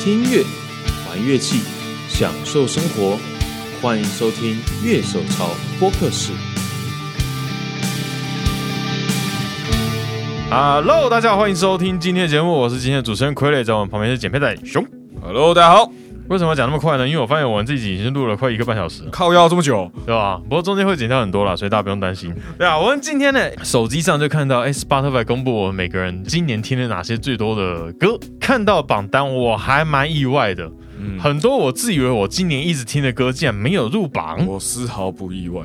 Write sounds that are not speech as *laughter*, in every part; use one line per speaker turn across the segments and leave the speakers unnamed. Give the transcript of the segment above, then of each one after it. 听音乐、玩乐器、享受生活，欢迎收听《乐手潮播客室》。
Hello，大家好，欢迎收听今天的节目，我是今天的主持人傀儡，在我们旁边是剪片仔熊。
Hello，大家好，
为什么要讲那么快呢？因为我发现我们自己已经录了快一个半小时了，
靠腰这么久，
对吧？不过中间会剪掉很多啦，所以大家不用担心。对啊，我们今天呢，手机上就看到，哎，Spotify 公布我们每个人今年听了哪些最多的歌，看到榜单我还蛮意外的，
嗯，
很多我自以为我今年一直听的歌竟然没有入榜，
我丝毫不意外，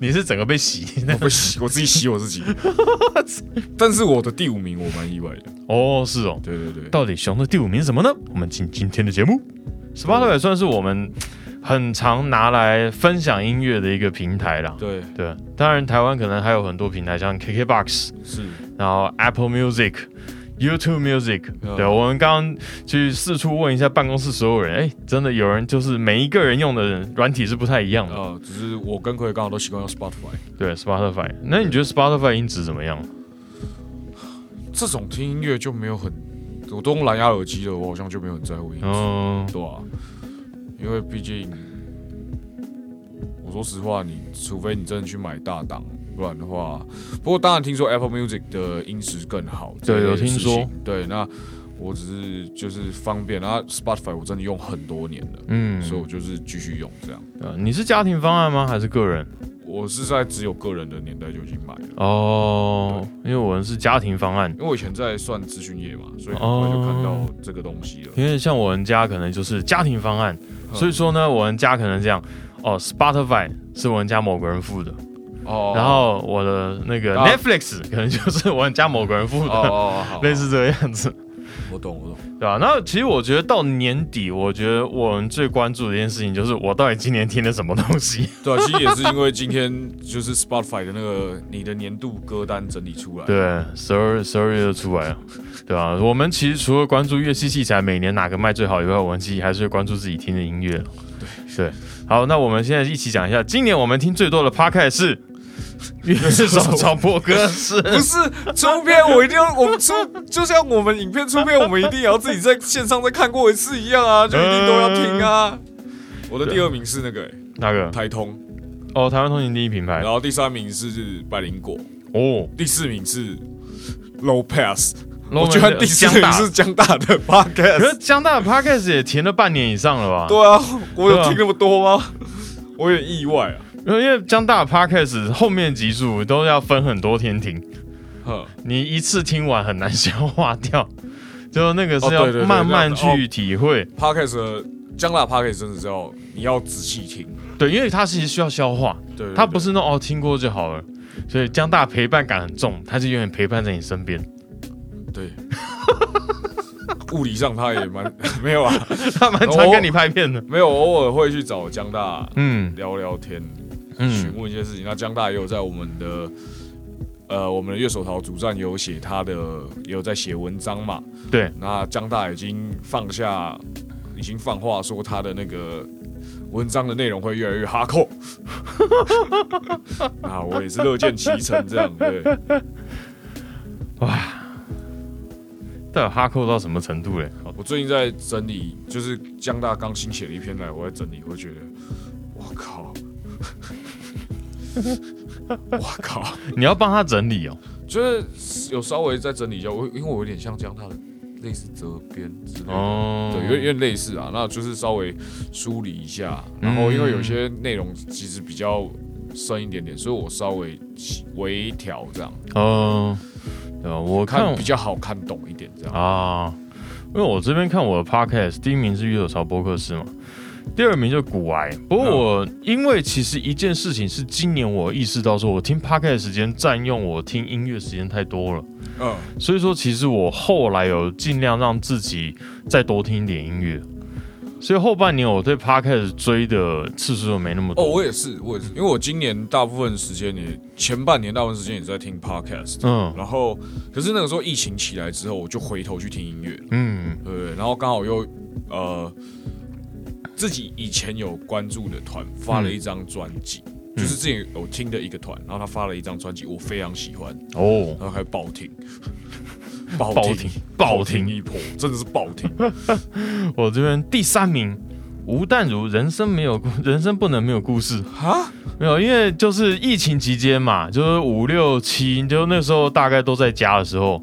你是整个被洗？ *laughs*
我不洗，我自己洗我自己，但是我的第五名我蛮意外的，
哦，是哦，
对对对，
到底熊的第五名是什么呢？我们进今天的节目。Spotify 也算是我们很常拿来分享音乐的一个平台啦。
对
对，当然台湾可能还有很多平台，像 KKBox，
是，
然后 Apple Music。YouTube Music，
嗯
对啊我们刚刚去四处问一下办公室所有人，哎，真的有人就是每一个人用的软体是不太一样的。
啊，只是我跟奎刚好都习惯用 Spotify
对啊 Spotify，那你觉得 Spotify 音质怎么样？
这种听音乐就没有很，我都用蓝牙耳机了，我好像就没有很在乎音质，
嗯，
对啊，因为毕竟，我说实话，你除非你真的去买大档，不然的话，不过当然听说 Apple Music 的音质更好，
对
这类
有
的
听
事
说
情，对，那我只是就是方便，然后 Spotify 我真的用很多年了，
嗯，
所以我就是继续用这样。
呃你是家庭方案吗？还是个人？
我是在只有个人的年代就已经买了，
哦，因为我们是家庭方案，
因为我以前在算资讯业嘛，所以很
哦
快就看到这个东西了。
因为像我们家可能就是家庭方案，
嗯
所以说呢，我们家可能这样，哦，Spotify 是我们家某个人付的，
哦，
然后我的那个
啊
Netflix 可能就是我们家某个人付
哦
的，
哦，好
*laughs* 类，似这个样子，
我懂我懂，
对吧、那其实我觉得到年底，我觉得我们最关注的一件事情就是我到底今年听了什么东西。
对啊，其实也是因为今天就是 Spotify 的那个你的年度歌单整理出来，
对，十二十二月就出来了，对吧、我们其实除了关注乐器器材每年哪个卖最好以外，我们其实还是会关注自己听的音乐。对对，好，那我们现在一起讲一下，今年我们听最多的 podcast 是 *laughs* 乐手潮播歌
*laughs*
是。
不是出片，我一定要我们出，就像我们影片出片，我们一定也要自己在线上再看过一次一样啊，就一定都要听啊。我的第二名是那个、欸
那个
台通，
哦，台湾通勤第一品牌
然后第三名是百灵果，
哦，
第四名是 Low Pass，
我
我居然第四名是江大的
可
Podcast。
是江大的 podcast 也填了半年以上了吧？
对啊，我有听那么多吗？我有点意外啊。
对，因为江大的 podcast 后面集数都要分很多天听。
哼
你一次听完很难消化掉，就那个
哦
是
对
要
对对哦
慢慢
这样子
去体会，
Podcast 的江大 Podcast 真的是要你要仔细听，
对，因为它其实需要消化，
对
它不
是
是那种哦听过就好了，所以江大陪伴感很重，它就永远陪伴在你身边， *laughs*
对。 *laughs* 物理上他也蛮 *laughs* 没有啊，
它蛮常跟你拍片的，
没有，偶尔会去找江大
嗯
聊聊天，询
嗯，
问一些事情。那江大也有在我们的呃我们的乐手淘主站有写他的，也有在写文章嘛。
对，
那江大已经放下，已经放话说他的那个文章的内容会越来越哈扣。 *laughs* 啊，我也是乐见其成这样，对，
到底哈扣到什么程度嗯嘞？
我最近在整理，就是江大刚新写了一篇来，我在整理，我觉得，我靠，我靠，
你要帮他整理哦，
就是有稍微再整理一下，我因为我有点像江大的类似责编之类的，
哦，
对，有有点类似啊，那就是稍微梳理一下，然后因为有些
嗯
内容其实比较深一点点，所以我稍微微调这样，
哦，对吧？我看
看比较好看懂一点这样。
啊，因为我这边看我的 podcast，第一名是《乐手潮播客室》嘛，第二名就是古癌。不过我
嗯
因为其实一件事情是今年我意识到说，我听 podcast 的时间占用我听音乐时间太多了，
嗯，
所以说其实我后来有尽量让自己再多听一点音乐。所以后半年我对 podcast 追的次数就没那么
哦，
多。
我也是，我
嗯
也是，因为我今年大部分时间也前半年大部分时间也在听 podcast，
嗯
然后可是那个时候疫情起来之后，我就回头去听音乐，
嗯
对不对？然后刚好又呃自己以前有关注的团发了一张专辑，
嗯
就是之前有听的一个团，然后他发了一张专辑，我非常喜欢，
*laughs* 哦，
然后还爆听，爆
爆
停
停，爆
停
停！
一波，真的是爆
*laughs*
停。
我这边第三名，吴淡如，人生没有故，人生不能没有故事。
哈，
没有，因为就是疫情期间嘛，就是五六七，就那时候大概都在家的时候，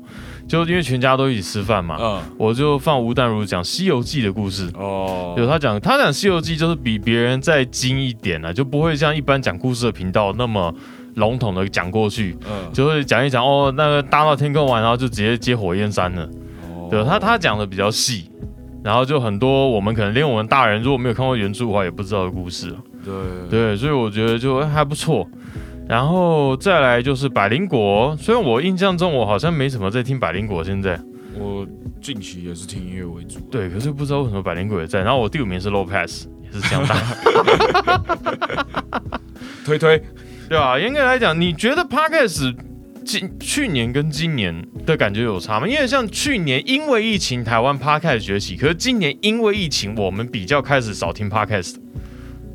就因为全家都一起吃饭嘛，
嗯，
我就放吴淡如讲《西游记》的故事。
哦，
有他讲，他讲《西游记》就是比别人再精一点了、啊就不会像一般讲故事的频道那么笼统的讲过去，
嗯，
就会讲一讲哦，那个搭到天空玩，然后就直接接火焰山了。
哦
对他他讲的比较细，然后就很多我们可能连我们大人如果没有看过原著的话，也不知道的故事啊了。
对
对，所以我觉得就哎还不错。然后再来就是百灵果，虽然我印象中我好像没什么在听百灵果，现在
我近期也是听音乐为主，
对，可是不知道为什么百灵果也在。然后我第五名是 Low Pass，也是相当
推推，
*laughs* 对吧、严格来讲，你觉得 Podcast 今去年跟今年的感觉有差吗？因为像去年因为疫情台湾 Podcast 崛起，可是今年因为疫情我们比较开始少听 Podcast。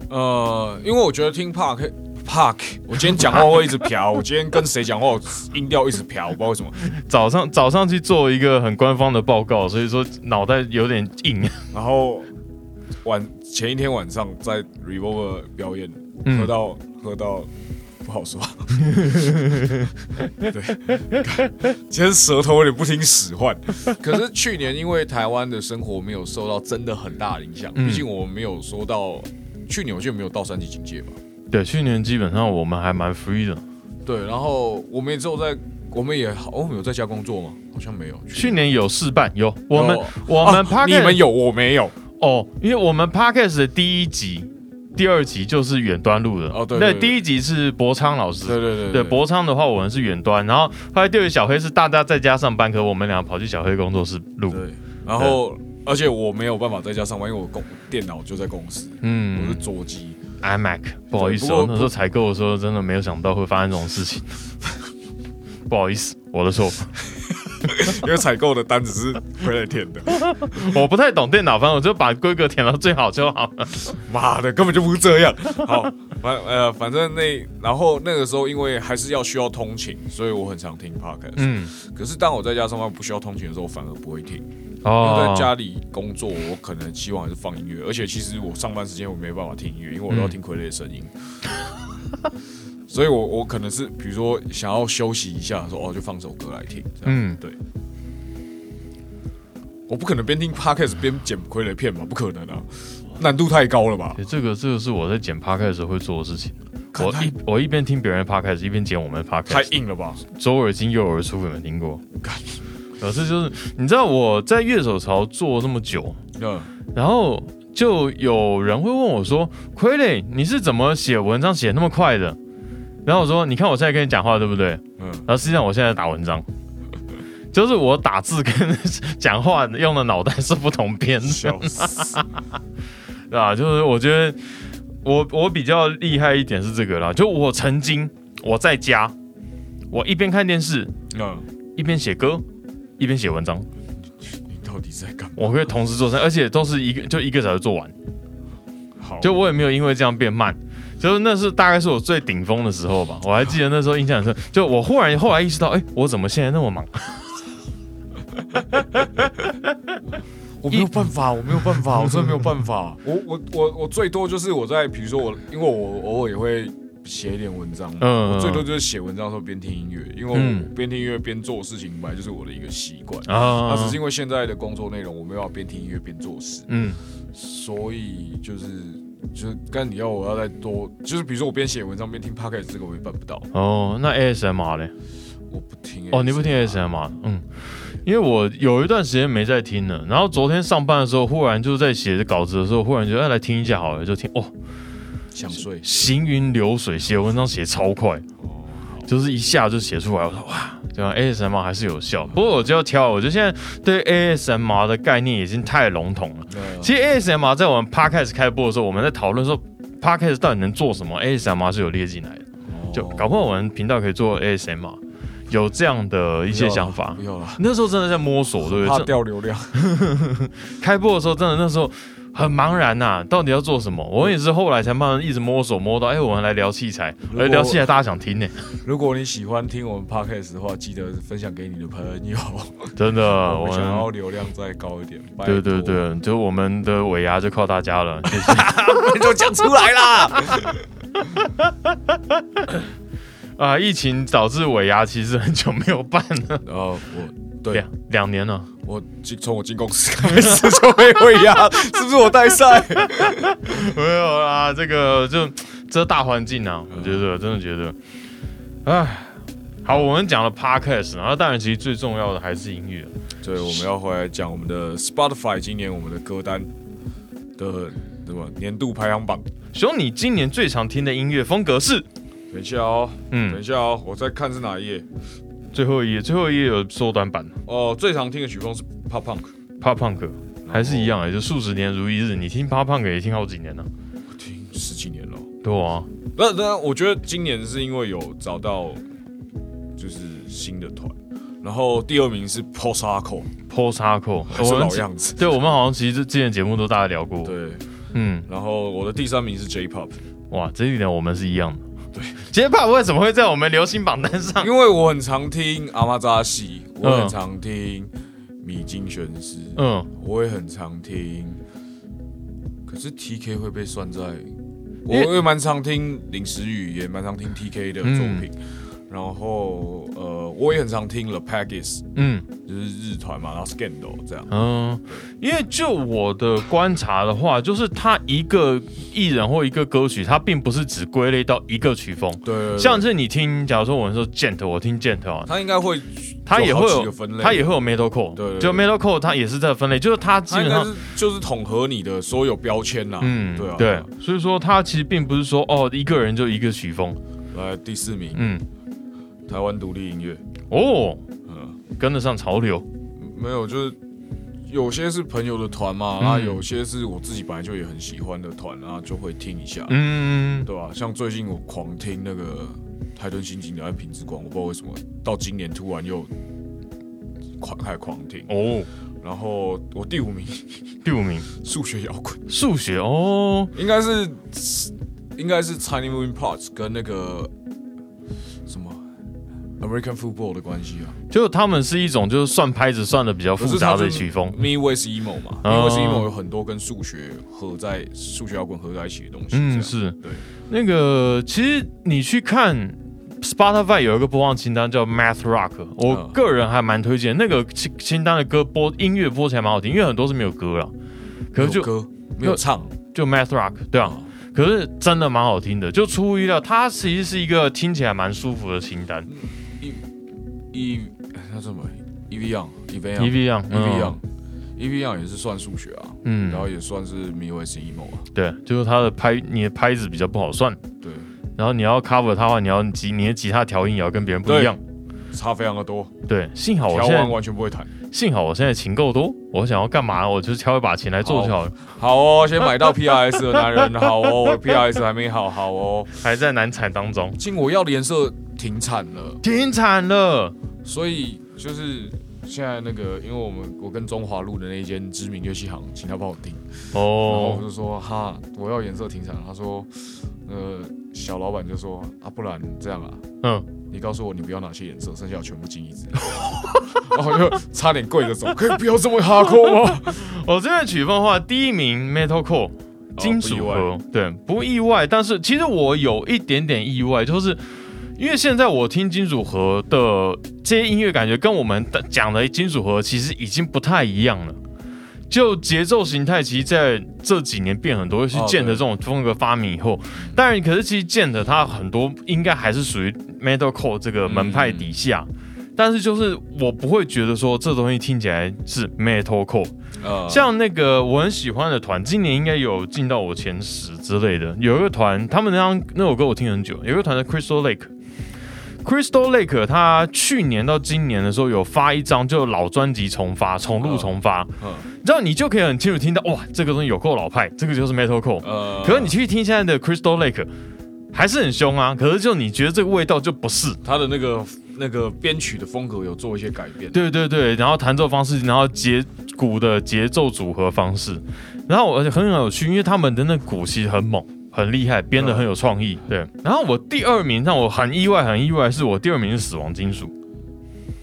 呃，因为我觉得听 Park Park，我今天讲话会一直
*laughs*
飘，我今天跟谁讲话，我音调一直飘，我不知道为什么。
早上早上去做一个很官方的报告，所以说脑袋有点硬。 *laughs*
然后晚前一天晚上在 Revolver 表演，
嗯
喝到喝到不好
*laughs*
说，对，今天舌头有点不听使唤。可是去年因为台湾的生活没有受到真的很大的影响，
嗯
毕竟我们没有说到去年我就没有到三级警戒嘛，
对，去年基本上我们还蛮 free 的。
对，然后我们也只有在我们也好，哦我们有在家工作吗？好像没有，
去年有试办，有我们我
啊
们 p o
你
d c a
们
s
有我没有？
哦，因为我们 podcast 的第一集、第二集就是远端录的。
哦对对
那
对
第一集是博昌老师。
对对对
对博昌的话，我们是远端，然后后来第二个小黑是大家在家上班，可我们俩跑去小黑工作室录。
对，然后而且我没有办法在家上班，因为我公电脑就在公司，我是
嗯
桌机。
，iMac，不好意思
不过，
哦那时候采购的时候真的没有想到会发生这种事情， *laughs* 不好意思，我
*laughs*
的错。
因为采购的单子是回来填的， *laughs*
我不太懂电脑，反正我就把规格填到最好就好了。
妈的，根本就不是这样。好，反呃，反正那然后那个时候，因为还是要需要通勤，所以我很常听 podcast。
嗯，
可是当我在家上班不需要通勤的时候，我反而不会听。因为在
哦，
家里工作，我可能希望还是放音乐，而且其实我上班时间我没办法听音乐，因为我都
嗯
要听傀儡的声音。 *laughs* 所以我，我可能是比如说想要休息一下，说哦，就放首歌来听。嗯，
嗯
对。我不可能边听 podcast 边剪傀儡片吧？不可能啊，难度太高了吧？
诶这个这个是我在剪 p o d c a 时候会做的事情。
看
我
太
一我一边听别人的 podcast，一边剪我们的
太
podcast，
硬了吧？
左耳进右耳出，有没有听过
干？
可是就是你知道我在乐手潮做这么久，
嗯，
然后就有人会问我说：“傀儡，你是怎么写文章写那么快的？”然后我说：“你看我现在跟你讲话对不对？”
嗯
然后实际上我现在打文章，就是我打字跟讲话用的脑袋是不同边的。
笑死！
对啊，就是我觉得我我比较厉害一点是这个啦，就我曾经我在家，我一边看电视
嗯，
一边写歌。一边写文章，
你到底在干嘛？
我会同时做三，而且都是一个就一个小时做完，
好，
就我也没有因为这样变慢，就是那是大概是我最顶峰的时候吧。我还记得那时候印象很深，就我忽然后来意识到，哎、我怎么现在那么忙？
我没有办法，我没有办 *laughs* 法，我真的没有办法。我我我我最多就是我在，比如说我，因为我偶尔也会写一点文章，
嗯
我最多就是写文章的时候边听音乐，因为
嗯
我边听音乐边做事情，本来就是我的一个习惯。
啊，
那只是因为现在的工作内容，我没有办法边听音乐边做事，
嗯，
所以就是就是，但你要我要再多，就是比如说我边写文章边听 podcast，这个我也办不到，
哦，那 ASMR 嘞？
我不听。哎
哦，你不听 ASMR？嗯，因为我有一段时间没在听了，然后昨天上班的时候，忽然就在写稿子的时候，忽然觉得哎来听一下好了，就听哦，
想睡
行云流水，写文章写超快，
哦，
就是一下就写出来，我说哇。对啊，ASMR 还是有效，不过我就要挑，我觉得现在对 ASMR 的概念已经太笼统了。
那
其实 ASMR 在我们 podcast 开播的时候，我们在讨论说 podcast 到底能做什么，ASMR 是有列进来的。
哦
就搞不好我们频道可以做 ASMR，有这样的一
一
些想法
不。要了，
啊那时候真的在摸索，对不
怕
对？
掉流量。
这开播的时候，真的那时候很茫然呐、到底要做什么？我们也是后来才慢慢一直摸索摸到，哎、我们来聊器材，
如果
而聊器材大家想听 *laughs* 呢、
如果你喜欢听我们 podcast 的话，记得分享给你的朋友。
真的，
*laughs* 我
啊我
们想要
们
流量再高一点，拜
对对
*laughs* 托，
对，就我们的尾牙就靠大家了，谢 *laughs* 谢。
就讲出来啦。
啊、疫情导致尾牙其实很久没有办了，
然后我对
两两年了。
我进从我进公司开始就被喂压，是不是我带赛？
*laughs*
*laughs*
没有啦，这个就这大环境啊，我觉得真的觉得，唉，好，我们讲了 podcast，然后当然其实最重要的还是音乐，啊
对，我们要回来讲我们的 Spotify 今年我们的歌单的什么年度排行榜。
熊，你今年最常听的音乐风格是？
等一下哦，等一
嗯，
下哦，我在看是哪一页
最后一页，最后一页有缩短版
哦。最常听的曲风是 Pop Punk，
，Pop Punk，还是一样、欸，就数十年如一日。你听 Pop Punk 也听好几年了、
我听十几年了。
对啊，
那那我觉得今年是因为有找到就是新的团，然后第二名是 Post Hardcore，
，Post Hardcore，
还是
我们
老样子。
对，我们好像其实之前节目都大概聊过。，
对，
嗯，
然后我的第三名是 J Pop，
哇，这一点我们是一样的。对，J-Pop 为什么会在我们流行榜单上？
因为我很常听阿玛扎西，我
嗯
很常听米津玄师，
嗯，
我也很常听，可是 TK 会被算在，我
因为
我也蛮常听林时雨，也蛮常听 TK 的作
嗯
品，然后呃，我也很常听 The Packers，
嗯
就是日团嘛，然后 Scandal 这样，
嗯，因为就我的观察的话，就是他一个艺人或一个歌曲，它并不是只归类到一个曲风。
对对对
像是你听，假如说我们说 gent，我听 gent 啊，
他应该会，
它也会
有好几
有
个分类，
它也会有 metalcore，
对对对
就 metalcore 它也是在分类，就是它
他
基本
应该
上
是就是统合你的所有标签呐，
嗯
对啊，
对，所以说它其实并不是说哦一个人就一个曲风，
来第四名，
嗯
台湾独立音乐，
哦
嗯。
跟得上潮流，
没有，就是有些是朋友的团嘛，
嗯
啊，有些是我自己本来就也很喜欢的团，啊，就会听一下，
嗯
对吧、像最近我狂听那个台豚刑警的《安平之光》，我不知道为什么到今年突然又狂开始狂听。
哦
然后我第五名
第五名
数学摇滚，
数学哦
应该是应该是 Tiny Moving Parts 跟那个什么 American Football 的关系啊。
就他们是一种就是算拍子算的比较
可
复
是它
杂
就
的曲风，
Me w a s emo 嘛
哦
，Me w a s emo 有很多跟数学合在数学摇滚合在一起的东西。
嗯
这样
是
对，
那个，其实你去看 Spotify 有一个播放清单叫 Math Rock，我
嗯
个人还蛮推荐那个清清单的歌播音乐播起来蛮好听，因为很多是没有歌了，可是
没有
就
歌哦没有唱，
就 Math Rock 对啊，可是真的蛮好听的，就出乎意料，它其实是一个听起来蛮舒服的清单
一那什么 E V Young E V
，E
Young
V 样
E V Young E V Young 也是算数学啊，
嗯
然后也算是 Me w a s emo 啊，
对，就是它的拍你的拍子比较不好算，
对，
然后你要 cover 它的话，你要吉你的吉他调音也要跟别人不一样，
差非常的多，
对，幸好我
调
现
完
在
完全不会弹。
幸好我现在琴够多，我想要干嘛我就挑一把琴来做就好了。
好哦，先买到 P R S 的男人，好哦，我 P R S 还没好，好哦，
还在难产当中，
进我要的颜色停产了。
停产了。
所以就是现在那个，因为我们我跟中华路的那间知名乐器行，请他帮我订，然后我
哦，
就说哈，我要颜色停产。他说，呃，小老板就说啊，不然这样啊，
嗯，
你告诉我你不要哪些颜色，剩下我全部进一支。 *laughs* 然后我就差点跪着走，可以不要这么哈扣 *laughs* 吗？
我哦这边曲风的话，第一名 metalcore 金
哦不
属
意
和、
外
对，不意外。但是其实我有一点点意外，就是因为现在我听金属和的这些音乐，感觉跟我们的讲的金属和其实已经不太一样了。就节奏形态，其实在这几年变很多，尤其是
哦
剑的
对
这种风格发明以后，当然，可是其实剑的它很多应该还是属于 metalcore 这个门
嗯
派底下，但是就是我不会觉得说这东西听起来是 metalcore，、
呃，
像那个我很喜欢的团，今年应该有进到我前十之类的。有一个团，他们那张那首歌我听很久，有一个团叫 Crystal Lake。Crystal Lake，他去年到今年的时候有发一张，就老专辑重发、重录、
嗯
重发，
嗯
这样你就可以很清楚听到，哇，这个东西有够老派，这个就是 metalcore。
呃，
可是你去听现在的 Crystal Lake，还是很凶啊。可是就你觉得这个味道就不是，
他的那个那个编曲的风格有做一些改变，
对对对，然后弹奏方式，然后节鼓的节奏组合方式。然后我而且很有趣，因为他们的那鼓其实很猛。很厉害，编的很有创意，对。然后我第二名让我很意外，很意外，是我第二名是死亡金属。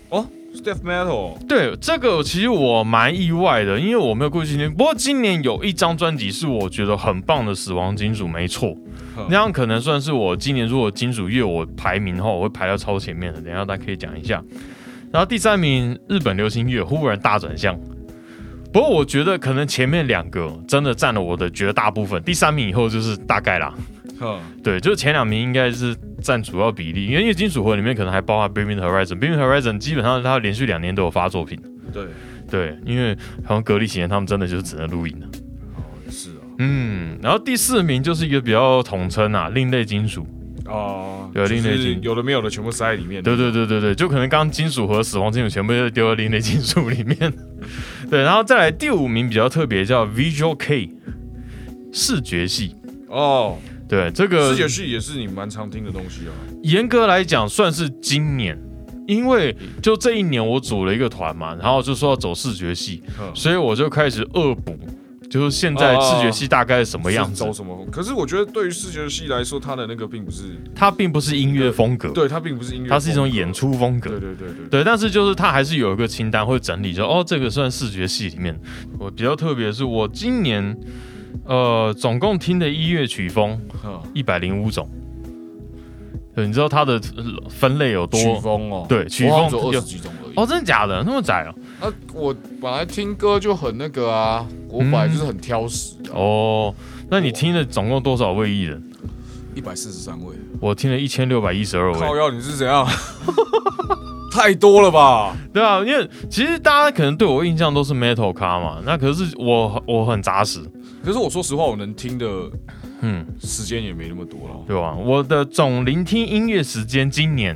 哦，Steph Metal，
对这个，其实我蛮意外的，因为我没有过去今年。不过今年有一张专辑是我觉得很棒的死亡金属，没错，
嗯
那样可能算是我今年如果金属乐我排名的话，我会排到超前面的。等一下大家可以讲一下。然后第三名日本流行乐忽然大转向，不过我觉得可能前面两个真的占了我的绝大部分，第三名以后就是大概啦。
哼，
对，就是前两名应该是占主要比例，因为因为金属魂里面可能还包含 b r i m i n Horizon。b r i m i n Horizon 基本上它连续两年都有发作品。
对，
对，因为好像隔离期间他们真的就是只能录音了。
哦，是啊，
嗯，然后第四名就是一个比较统称啊，另类金属。
哦，
对
就
另类
是
型
有的没有的全部塞在里面，
对对对对对，就可能刚刚金属和死亡金属全部都丢到另类金属里面。 *laughs* 对，然后再来第五名比较特别，叫 Visual K，视觉系。
哦，
对，这个
视觉系也是你蛮常听的东西啊，
严格来讲算是今年，因为就这一年我组了一个团嘛，然后就说要走视觉系，
哼
所以我就开始恶补，就是现在视觉系大概是什么样
是
子
走。什么？可是我觉得对于视觉系来说，它的那个并不是，
它并不是音乐风格，
对，它并不是音乐风格，
它是一种演出风格
对，。对对对对，
对，但是就是它还是有一个清单会整理，就哦，这个算视觉系里面。我比较特别的是，我今年呃总共听的音乐曲风
哼
一百零五种，对，你知道它的呃分类有多？
曲风哦，
对曲
我好像
风
只有
有
二十几种而已。
哦，真的假的？那么窄哦？
那、我本来听歌就很那个啊，我本来就是很挑食啊。
哦，那你听了总共多少位艺人？
一百四十三位，
我听了一千六百一十二
靠
位。
腰你是怎
*laughs*
样？太多了吧？
对啊，因为其实大家可能对我印象都是 metal 咖嘛，那可是我我很扎实，
可是我说实话，我能听的
嗯，
时间也没那么多了。
对吧、我的总聆听音乐时间今年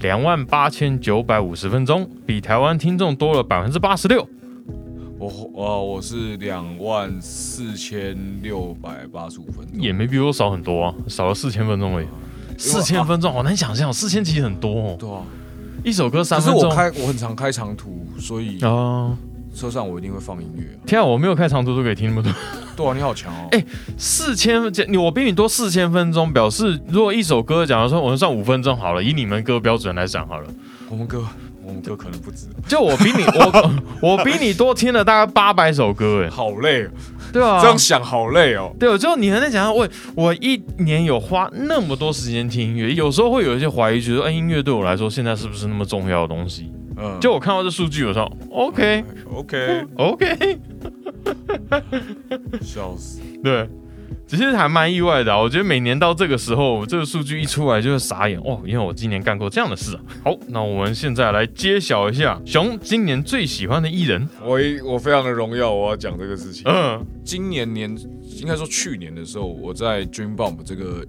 两万八千九百五十分钟，比台湾听众多了百分之八十六。
我呃，我是两万四千六百八十五分钟，
也没比我少很多啊，少了四千分钟而已。四千分钟好难想象，四千其实很多哦，
对啊。
一首歌
可
三
是
分
我
钟。
开我很常开长途，所以
哦，
车上我一定会放音乐啊。
天啊，我没有开长途都可以听那么多，
对啊，你好强 *laughs* 哦！
哎四千，你我比你多四千分钟，表示如果一首歌，假如说我们算五分钟好了，以你们歌标准来讲好了，
我们哥，我们哥可能不止，
就我比你我 *laughs* 我比你多听了大概八百首歌，哎，
好累哦，
对啊，
这样想好累哦。
对，就你还在讲，我我一年有花那么多时间听音乐，有时候会有一些怀疑，觉得哎，音乐对我来说现在是不是那么重要的东西？
嗯，
就我看到这数据，我说 OK
OK，
OK，
笑死。
对，只是还蛮意外的、啊。我觉得每年到这个时候，这个数据一出来就会傻眼哦，因为我今年干过这样的事、啊。好，那我们现在来揭晓一下熊今年最喜欢的艺人。
我一我非常的荣耀，我要讲这个事情。
*laughs* 嗯，
今年年应该说去年的时候，我在 Dream Bomb 这个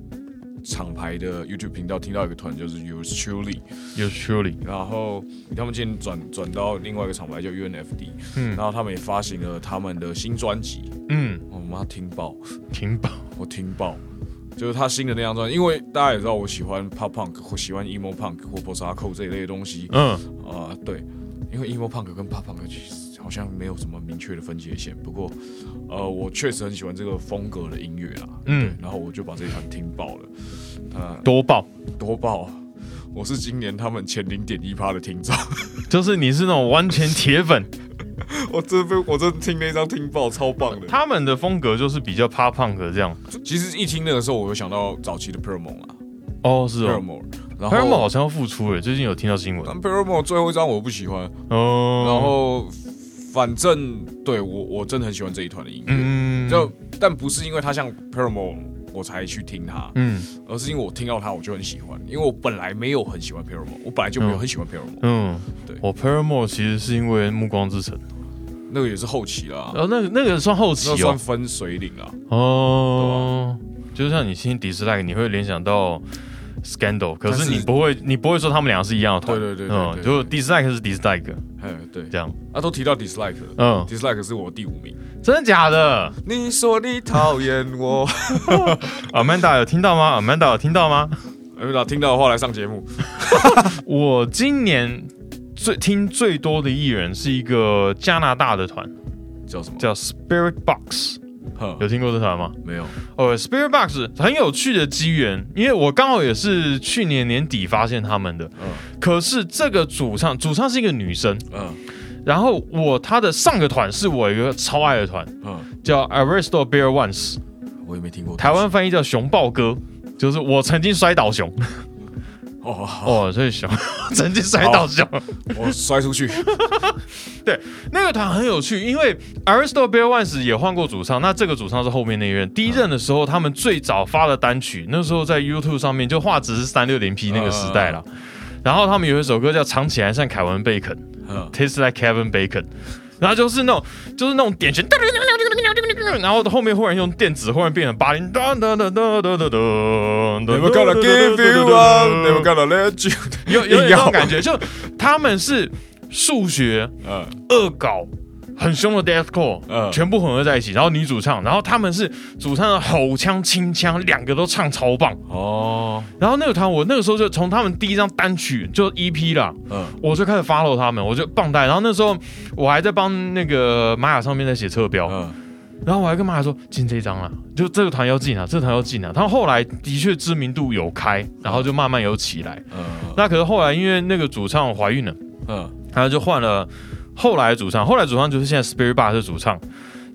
厂牌的 YouTube 频道听到一个团，就是 Yours Truly，
有 Shirley，
然后他们今天转转到另外一个厂牌叫 UNFD，
嗯
然后他们也发行了他们的新专辑，哦
嗯，
我妈听爆，
挺棒，
我听爆。就是他新的那张专辑，因为大家也知道我喜欢 pop punk 或喜欢 emo punk 或 post hardcore 这一类的东西
嗯，
啊、对，因为 emo punk 跟 pop punk 其实好像没有什么明确的分界线，不过呃，我确实很喜欢这个风格的音乐啦，
嗯
对，然后我就把这一团听爆了，呃，
多爆，
多爆啊！我是今年他们前零点一趴的听众， *laughs*
就是你是那种完全铁粉。
我真被我真听那张听爆超棒的。
他们的风格就是比较 pop punk 这样。
其实一听那个时候，我就想到早期的 Permo 啦
哦，是哦。
，Permo，然
p a r a m o 好
后
像要复出欸了，最近有听到新闻。
但 Permo 最后一张我不喜欢，
哦，
然后反正对我我真的很喜欢这一团的音乐，
嗯，
就但不是因为他像 p a r a m o 我才去听他，
嗯
而是因为我听到他我就很喜欢，因为我本来没有很喜欢 p a r a m o 我本来就没有很喜欢 p a r a m o
嗯，
对
我 Paramore 其实是因为《暮光之城》，
那个也是后期啦，
然后那个啊那个算后期
那
哦
算。分水岭啦，
哦，就像你听 Dislike，你会联想到 Scandal，可
但
是
是
你不会你不会说他们俩是一样的团。嗯
对对对对对
就 Dislike 是 Dislike
哎对，
这样。
啊都提到 dislike 了。
嗯，
Dislike 是我第五名。
真的假的
你说你讨厌我，
？Amanda 有听到吗？Amanda 有听到吗？
哎，那听到的话来上节目。
我今年最听最多的艺人是一个加拿大的团，
叫什么？
叫 Spirit Box，
哼
有听过这团吗？
没有，
哦、s p i r i t Box 很有趣的机缘，因为我刚好也是去年年底发现他们的。
嗯
可是这个主唱，主唱是一个女生，
嗯
然后我她的上个团是我一个超爱的团，
嗯，
叫 Aristo Bear Once，
我也没听过。
台湾翻译叫熊抱哥。就是我曾经摔倒熊
哦，好
哦，所以熊 *laughs* 曾经摔倒熊，
我摔出去。
那个团很有趣，因为 Aristo Bear Once 也换过主唱，那这个主唱是后面那一任。第一任的时候，他们最早发的单曲，那时候在 YouTube 上面就画质是三六零 P 那个时代啦。然后他们有一首歌叫《藏起来像凯文贝肯》
嗯，
，Taste like Kevin Bacon。然后就是那种，就是那种点旋，然后后面忽然用电子，忽然变成八零，哒哒哒哒哒哒哒。
Never gonna give you up，Never gonna let you。 *laughs*
有有点这种感觉，就他们是数学，
嗯
恶搞。很凶的 deathcore，、
嗯
全部混合在一起，然后女主唱，然后他们是主唱的吼腔、清腔，两个都唱超棒。
哦，
然后那个团，我那个时候就从他们第一张单曲就 EP 啦，
嗯
我就开始 follow 他们，我就棒带。然后那时候我还在帮那个玛雅上面在写侧标，
嗯
然后我还跟玛雅说进这一张啦，就这个团要进啊，这个团要进啊。他们后来的确知名度有开，然后就慢慢有起来。
嗯
那可是后来因为那个主唱怀孕了。
嗯，
然后就换了后来的主唱，后来主唱就是现在 Spirit Bar 是主唱，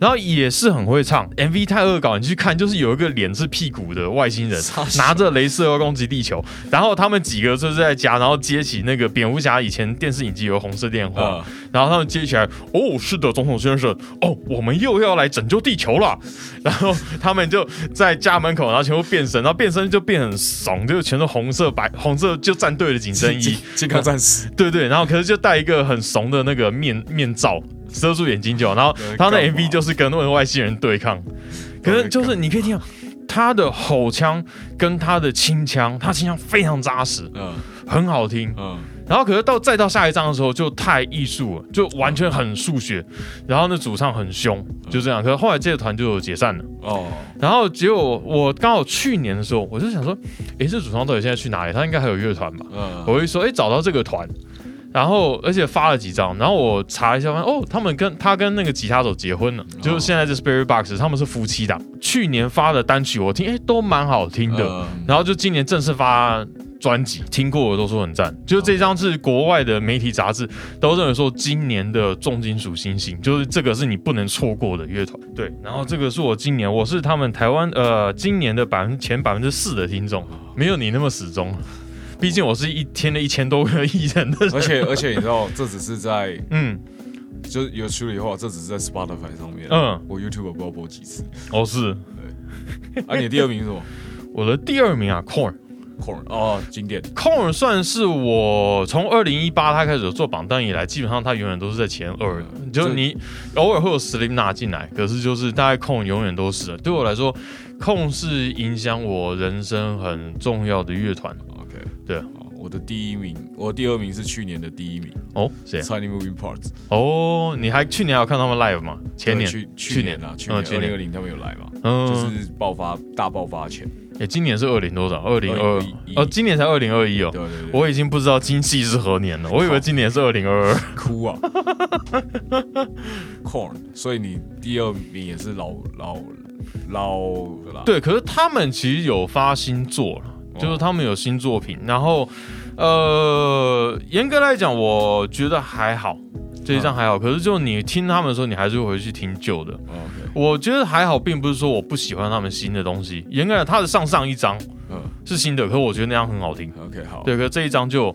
然后也是很会唱，MV 太恶搞，你去看就是有一个脸是屁股的外星人
傻笑
拿着镭射要攻击地球，然后他们几个就是在家，然后接起那个蝙蝠侠以前电视影集有红色电
嗯
话，然后他们接起来，哦，是的，总统先生，哦，我们又要来拯救地球了。然后他们就在家门口，然后全部变身，然后变身就变很怂，就全都红色白红色就战队的紧身衣
健，健康战士。
对对，然后可是就戴一个很怂的那个面面罩，遮住眼睛就好。然后
对
他的
干嘛
MV 就是跟那个外星人对抗，可是就是你可以听到他的吼腔跟他的清腔，他清腔非常扎实，
嗯
很好听。
嗯
然后可是到再到下一章的时候就太艺术了，就完全很数学。然后那主唱很凶，就这样。可是后来这个团就有解散了。
哦，
然后结果我刚好去年的时候，我就想说，诶，这主唱到底现在去哪里？他应该还有乐团吧？
嗯
我会说，哎、找到这个团，然后而且发了几张，然后我查一下，发现哦，他们跟他跟那个吉他手结婚
哦
了，就是现在这 Spirit Box，他们是夫妻档。去年发的单曲我听，哎、都蛮好听的，
嗯
然后就今年正式发专辑，听过的都说很赞。就是这张是国外的媒体杂志都认为说今年的重金属新星，就是这个是你不能错过的乐团。对，然后这个是我今年我是他们台湾呃今年的百分前百分之四的听众，没有你那么死忠。毕竟我是一天的一千多个 *laughs* 艺人的人，
而且而且你知道，这只是在
嗯，
就是有处理的话，这只是在 Spotify 上面。
嗯
我 YouTube 不知道播几次。
哦是
啊，你的第二名是什么
我的第二名啊，Corn。
？Corn 哦，经典。
Corn 算是我从二零一八他开始做榜单以来，基本上他永远都是在前二的。
嗯
就
这
你偶尔会有 Slim 拿进来，可是就是大概 Corn 永远都是。对我来说，Corn 是影响我人生很重要的乐团。
OK，
对
好我的第一名，我第二名是去年的第一名
哦，谁啊？
，Tiny Moving Parts。
哦，你还去年还有看他们 live 吗？前年
呃、去去年啊，去
去
年二
年嗯，前
零二
年，
零他们有来嘛，就
嗯，
是爆发大爆发前，
哎，今年是二零多少？二零二
2021
哦，今年才二零二一哦
对。对对，
我已经不知道今季是何年了，我以为今年是二零二二。
哭啊 *laughs* ，Corn，所以你第二名也是老老老哦了啦，
对，可是他们其实有发新作了，就是他们有新作品。然后，呃，严格来讲，我觉得还好，这一
嗯
张还好。可是就你听他们的时候，你还是会回去听旧的。
哦，OK，
我觉得还好，并不是说我不喜欢他们新的东西。严格来讲，他的上上一张
嗯
是新的，可我觉得那张很好听。
，OK，好，
对，可是这一张就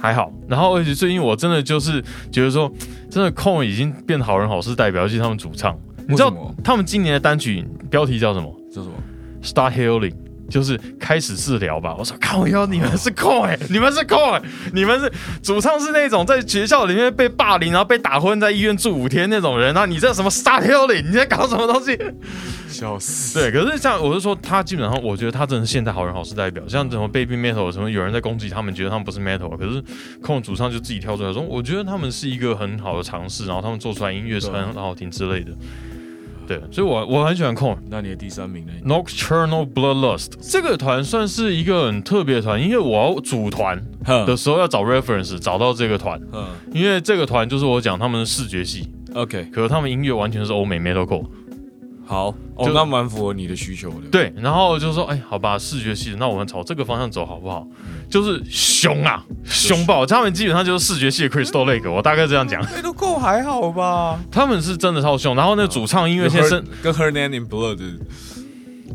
还好。然后而且最近我真的就是觉得说，真的控已经变好人好事代表，尤其他们主唱，你知道
为什么
他们今年的单曲标题叫什么？
叫什么？
Start Healing，就是开始治疗吧。我说靠腰，你们是控哎、你们是控哎、你们是主唱是那种在学校里面被霸凌，然后被打昏，在医院住五天那种人啊。你这什么 Start Healing？你在搞什么东西？
笑死，
对，可是像我是说，他基本上我觉得他真的是现代好人好事代表。像什么 Baby Metal 什么，有人在攻击他们，觉得他们不是 Metal，可是控主唱就自己跳出来说，我觉得他们是一个很好的尝试，然后他们做出来音乐是很好听之类的。对，所以我我很喜欢控。
那你的第三名呢？
Nocturnal Bloodlust 这个团算是一个很特别的团，因为我要组团，
哼
的时候，要找 reference，找到这个团，
嗯
因为这个团就是我讲他们的视觉系，
，OK，
可是他们音乐完全是欧美 metalcore。
好，哦
就，
那蛮符合你的需求的。，
对，然后就说，哎，好吧，视觉系，那我们朝这个方向走好不好？就是凶啊，凶爆！他们基本上就是视觉系的 Crystal Lake，我大概这样讲，
哎那都够还好吧？
他们是真的超凶。然后那主唱音乐先
先
生
生跟 Her Name in Blood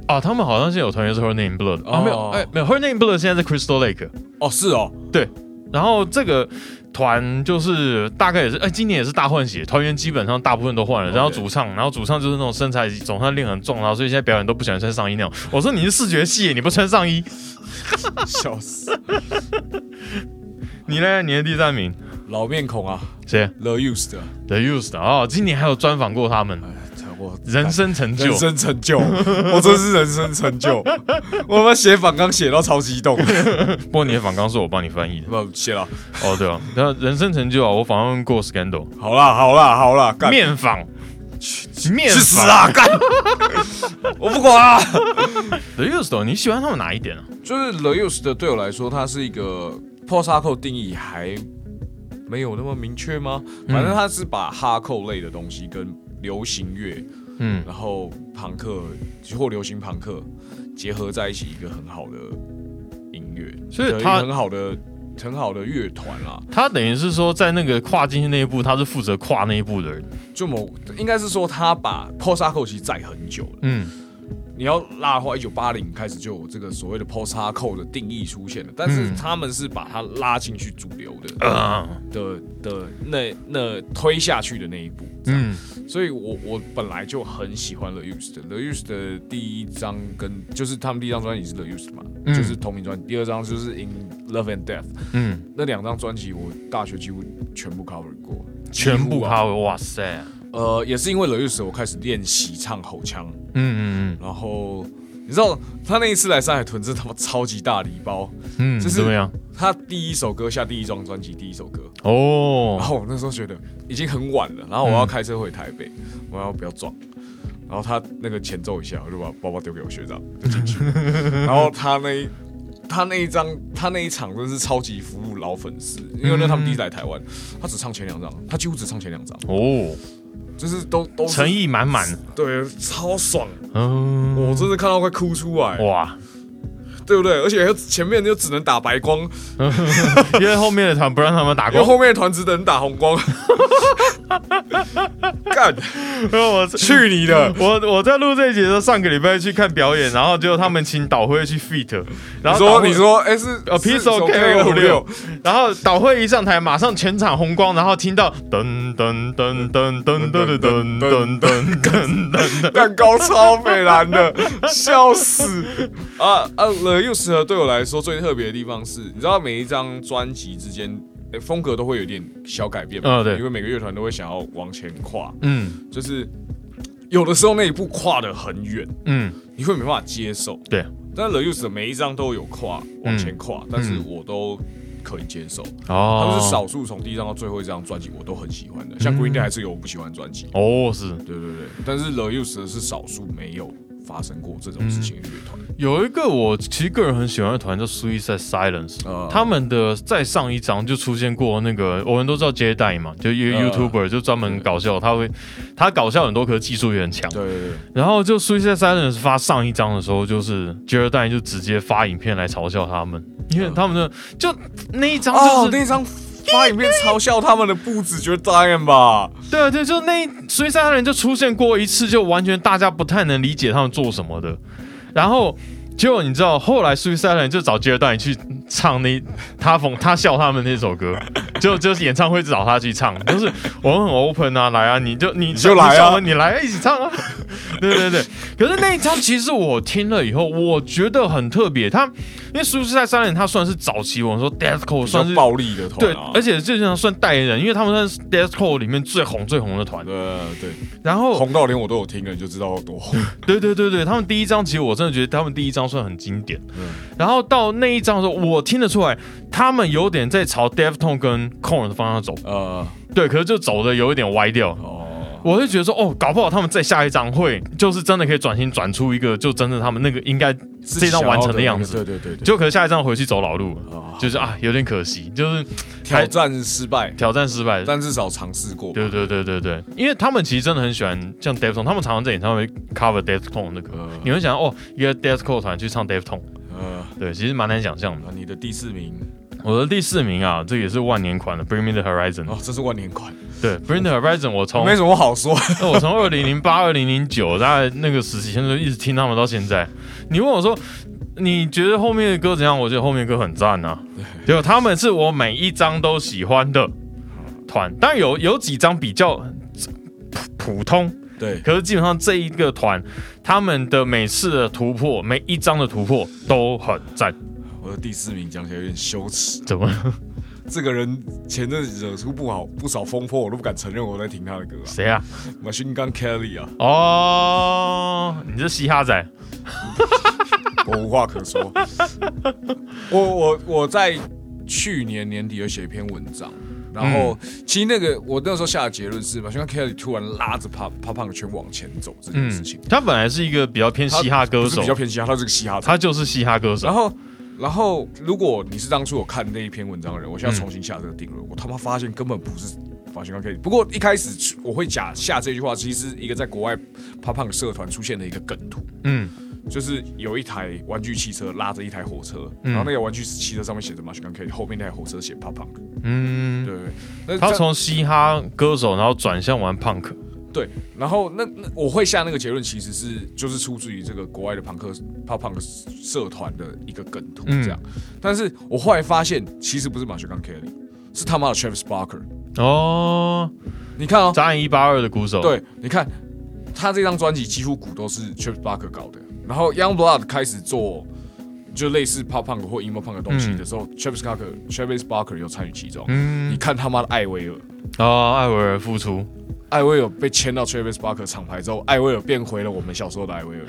啊，他们好像现在有团员是 Her Name Blood，啊，没有，
哦
哎，没有 Her Name Blood 现在是 Crystal Lake，
哦，是哦，
*laughs* 然后这个团就是大概也是，哎，今年也是大换血，团员基本上大部分都换了，然后
OK
主唱，然后主唱就是那种身材总算练很重，然后所以现在表演都不喜欢穿上衣那种。我说你是视觉系，你不穿上衣，
笑死，
你呢？你的第三名
老面孔啊
谁
，The Used，啊
？The Used 哦，今年还有专访过他们，
哎我
人生成就
人。生成就，我真是人生成就，
*laughs*
我他妈写反纲写到超激动，
不过你的访纲是我帮你翻译的
不写了，
哦，对啊，然后人生成就啊，我访问过 Scandal
好啦好啦好啦，干
面访。面
去死
访 *laughs*
啊干，我不管啊。
！The Used，你喜哦欢他们哪一点啊？
就是 The Used 的对我来说，它是一个 post hardcore 定义还没有那么明确吗？反正它是把 hardcore 类的东西跟流行乐，
嗯，
然后朋克或流行朋克结合在一起，一个很好的音乐，
所以
一个
它
很好的很好的乐团啦。
他等于是说在那个跨进去那一步，他是负责跨那一步的人。
就某应该是说，他把 post hardcore 其实载很久了。
嗯，
你要拉的话，一九八零开始就有这个所谓的 post hardcore 的定义出现了，但是
嗯
他们是把它拉进去主流的。
啊，
的的那那推下去的那一步，
嗯
所以我我本来就很喜欢 The Used。The Used 的第一张跟就是他们第一张专辑是 The Used 嘛，
嗯
就是同名专辑。第二张就是 In Love and Death，
嗯，
那两张专辑我大学几乎全部 cover 过，
全部
几乎啊。
趴位，哇塞，
呃，也是因为 The Used 我开始练习唱吼腔，
嗯嗯
然后你知道他那一次来上海屯真他妈超级大礼包，
嗯嗯，
就是
怎么样？
他第一首歌下第一张专辑第一首歌，然
哦，
后我那时候觉得已经很晚了，然后我要开车回台北，我要不要撞？然后他那个前奏一下，我就把包包丢给我学长，就进
*laughs*
去。然后他那一他那一张他那一场真是超级服务老粉丝，因为那他们第一次来台湾，
嗯
他只唱前两张，他几乎只唱前两张，
哦，
就是都都是
诚意满满，
对，超爽，
嗯，
我真的看到快哭出来，
哇，
对不对？而且前面就只能打白
哦
光，
因为后面的团不让他们打
然后
光，
后面的团只能打红光， *laughs* 干
*laughs* 我
去你的！
我我在录这一集的时候，上个礼拜去看表演，然后结果他们请导会去 feat，然
你
后
说
导会
你说，哎、是
呃
是
Piece of
手 K
五六
六，，
*laughs* 然后导会一上台，马上全场红光，然后听到噔噔噔噔噔噔噔噔噔噔噔噔，
蛋糕超美蓝的， *laughs* 笑死！啊啊，The Use 和对我来说最特别的地方是，你知道每一张专辑之间。哎风格都会有点小改变嘛，
嗯对
因为每个乐团都会想要往前跨，
嗯
就是有的时候那一步跨得很远，
嗯，
你会没办法接受。
对，
但 The Use 的每一张都有跨往前跨，
嗯
但是我都可以接受。他
哦，
们是少数从第一张到最后一张专辑我都很喜欢
嗯
的，像 Green Day 还是有我不喜欢的专辑。
哦，是
对对对，但是 The Used 是少数没有发生过这种事情的乐团。
有一个我其实个人很喜欢的团叫 Suicide Silence，、
哦
他们的再上一张就出现过那个我们都知道接待嘛，就一个
嗯
YouTuber 就专门搞笑，他会他搞笑很多，可是技术也很强。
对对对，
然后就 Suicide Silence 发上一张的时候，就是 j e r d a n 就直接发影片来嘲笑他们，因为他们的就那一张
哦，
就是、
那张发影片嘲笑他们的不止绝 Diane 吧？
对啊对，就那 Suicide Silence 就出现过一次，就完全大家不太能理解他们做什么的。然后结果你知道，后来 Suicide Silence 就找 j e r d a n 去唱那他讽他笑他们那首歌， *laughs* 就就是演唱会找他去唱，就是我们很 open 啊，来啊，你就你你
就来啊
笑我你来啊一起唱啊。 *laughs* 对对对，可是那一张其实我听了以后，我觉得很特别。他因为苏轼在三人，他算是早期我们说
比较
deathcore 算是
暴力的
对
团啊，。
而且就像算代言人，因为他们算是 deathcore 里面最红最红的团。
呃，对，
然后
红到连我都有听了，你就知道哦
*laughs*
有多红。
对对对对，他们第一张其实我真的觉得他们第一张算很经典。
嗯
然后到那一张的时候，我听得出来他们有点在朝 death tone 跟 corn 的方向走，
呃，
对，可是就走的有一点歪掉。
哦，
我会觉得说，哦，搞不好他们在下一张会就是真的可以转型转出一个，就真的他们那个应该
自
这
己
一
想
张
要
完成的
那
样
个
子，
对对对对，
就可能下一张回去走老路了，
啊
就是啊，有点可惜，就是
挑战失败，
挑战失败了。
但至少尝试过。
对对对对对，因为他们其实真的很喜欢像 d e a t o n 他们常常在演唱会 cover d e a t o n 的歌。
呃
你会想哦，一个 deathcore 团去唱 d e a t o n
呃，
对，其实蛮难想象的。
那你的第四名
我的第四名啊，这也是万年款的 Bring Me the Horizon。
哦，这是万年款，
对，Bring the Horizon，我从
没什么好
*laughs*
说。
那我从二零零八、二零零九大概那个时期，现在就一直听他们到现在。你问我说，你觉得后面的歌怎样？我觉得后面的歌很赞啊， *laughs* 就他们是我每一张都喜欢的团，当然有有几张比较普普通，
对，
可是基本上这一个团他们的每次的突破，每一张的突破都很赞。
我的第四名讲起来有点羞耻。
怎么？ *laughs*
这个人前阵子惹出不好不少风波，我都不敢承认我在听他的歌啊。
谁啊？
Machine Gun Kelly 啊，
哦，你这嘻哈仔，
我无话可
*laughs*
说。我我我在去年年底有写一篇文章，然后、
嗯
其实那个我那时候下的结论是嘛，像 Kelly 突然拉着胖胖胖圈往前走这件事
嗯
情，，
他本来是一个比较偏
他
嗯嘻哈歌
不是
手
比，较偏嘻啊哈，他是个嘻哈仔。
他就是嘻哈歌手
然。后然后如果你是当初有看那一篇文章的人，我现在重新下这个定论，我他妈发现根本不是。发现 Kelly。不过一开始我会假下这句话，其实是一个在国外胖胖社团出现的一个梗图。
嗯。
就是有一台玩具汽车拉着一台火车，
嗯
然后那台玩具汽车上面写着 m a s h i n K，后面那台火车写 Pop Punk，
嗯，
对对对。那
他
这
从嘻哈歌手，然后转向玩 punk，
对，然后那那我会下那个结论，其实是就是出自于这个国外的朋克 Pop Punk 社团的一个梗图这样。但是我后来发现，其实不是 m a s h i n Kelly，是他妈的 Travis Barker。
哦，
你看哦，
扎眼一八二的鼓手，，
对，你看他这张专辑几乎鼓都是 Travis Barker 搞的，然后 Youngblood 开始做。就类似 pop punk 或 emo punk 的东西的时候、t r a v i s Barker Travis Barker 有参与其中。你
嗯，
看他妈的艾薇儿，
哦，艾薇儿付出，
艾薇儿被签到 Travis Barker 厂牌之后，艾薇儿变回了我们小时候的艾薇儿。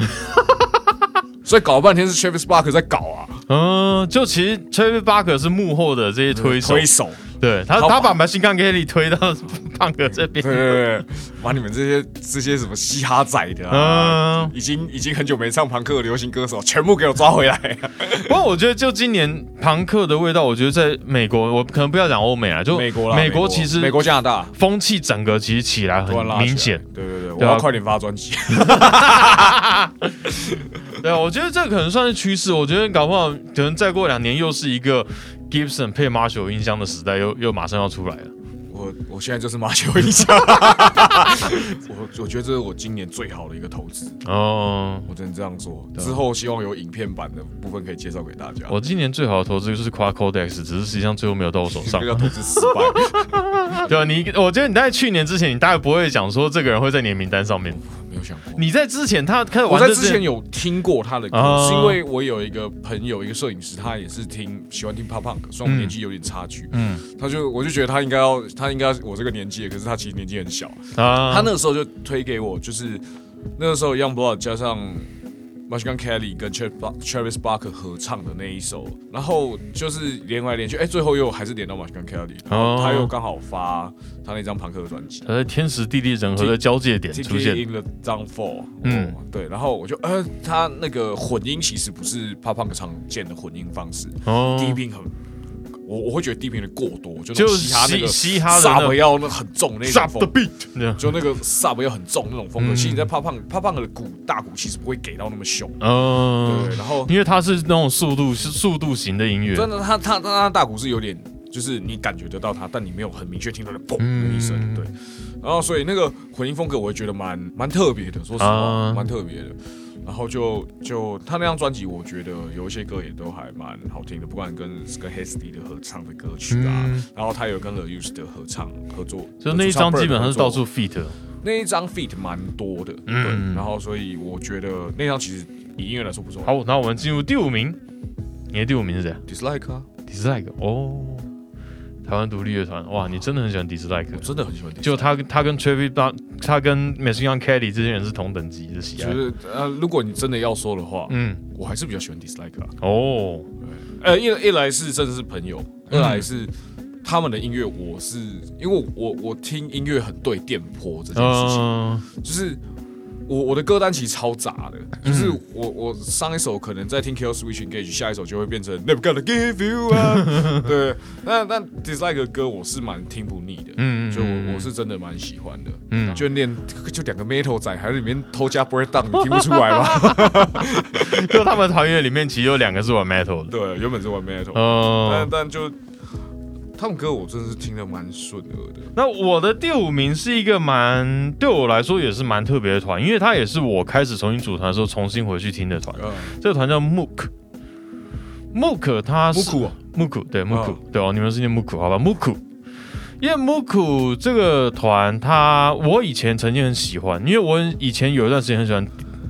*laughs* 所以搞半天是 Travis Barker 在搞啊，
嗯，就其实 Travis Barker 是幕后的这些推手，
嗯推手，
对他，
好吧
他把 Machine Gun Kelly 推到 *laughs* punk 这
对对
边，
对，对把你们这些这些什么嘻哈仔的啊，
嗯，
已经已经很久没唱朋克的流行歌手，全部给我抓回
*laughs*
来。
不过我觉得就今年朋克的味道，我觉得在美国，我可能不要讲欧美啊，就
美国啦，
美国其实
美国加拿大
风气整个其实起来
突
很
然拉起来
明显，，
对对对，我
对啊
要快点发专辑。 *laughs*
对啊，我觉得这可能算是趋势。我觉得搞不好可能再过两年又是一个 Gibson 配 Marshall 音箱的时代又，又马上要出来了。
我我现在就是马修一家， *laughs* 我我觉得这是我今年最好的一个投资，
哦，
我只能这样说。
啊
之后希望有影片版的部分可以介绍给大家。
我今年最好的投资就是 Quad Codex，只是实际上最后没有到我手上
这。个投资失 *laughs* 败，
对啊，你我觉得你在去年之前，你大概不会讲说这个人会在你的名单上面。
没有想过。
你在之前他开始
我
玩
在
这
之前有听过他的歌，
啊
是因为我有一个朋友，一个摄影师，他也是听喜欢听 pop punk，虽然我们年纪有点差距，
嗯
他就我就觉得他应该要，他应该我这个年纪了，可是他其实年纪很小，
啊，
他那个时候就推给我，就是那个时候 Youngblood 加上 m a s h i n Kelly 跟 Tra- Ba- Travis Barker 合唱的那一首，然后就是连来连去，哎、最后又还是连到 m a s h i n Kelly，然后他又刚好发他那张朋克的专辑。
他在天时地利人和的交界点
T
出
K
现。
in the downfall，
嗯
嗯，对，然后我就呃，他那个混音其实不是 pop punk 常见的混音方式，
哦，
低频很，我我会觉得低频的过多，就那
就
种
是
嘻哈那
嘻
个
嘻哈的那
sub 要那很重那种
Drop the
风
beat，这样
就那个 sub 要很重那种风格，
嗯
其实你在 pop punk pop punk 的鼓大鼓其实不会给到那么凶，
嗯
对，，然后
因为他是那种速度是速度型的音乐，
真的他他他他大鼓是有点。就是你感觉得到它，但你没有很明确听到的嘣的一声，
嗯
对。然后所以那个混音风格，我也觉得蛮蛮特别的，说实
啊
话，蛮、特别的。然后就就他那张专辑，我觉得有一些歌也都还蛮好听的，不管跟跟 Hasty 的合唱的歌曲啊，
嗯
然后他有跟 The Used 的合唱合作，
就那一张基本上是到
处。
处 feat，
那一张 feat 蛮多的，
嗯
嗯，然后所以我觉得那张其实以音乐来说不错。
好，那我们进入第五名，你的第五名是谁
，dislike 啊，
？Dislike 哦，台湾独立乐团，哇，你真的很喜欢 Dislike，
我真的很喜欢 dislike。
就他他跟 Travis Bar- 他跟 Machine Gun Kelly 这些人是同等级的喜
就
爱，
是呃，如果你真的要说的话，
嗯，
我还是比较喜欢 dislike 啊。
哦，
嗯呃，一一来是真的是朋友，二来是他们的音乐，我是因为我我我听音乐很对电波这件事情，
嗯
就是我我的歌单其实超杂的，就是我我上一首可能在听 Kill Switch Engage，下一首就会变成 Never Gonna Give You *laughs* Up，对，那那 Dislike 的歌我是蛮听不腻的，
嗯
嗯，就我我是真的蛮喜欢的，
嗯
嗯，就练就两个 Metal 仔还在里面偷加 Breakdown，你听不出来吗？
就他们团员里面其实有两个是玩 metal 的，
对，原本是玩 Metal，但
嗯。
但就他们歌我真的是听得蛮顺耳的，
那我的第五名是一个蛮对我来说也是蛮特别的团，因为它也是我开始重新组团的时候重新回去听的团。
嗯，
这个团叫 Mook。Mook 它是
木库哦
Mook 对 Mook、
哦
对哦，你们是念 Mook 好吧？Mook，因为 Mook 这个团，它我以前曾经很喜欢，因为我以前有一段时间很喜欢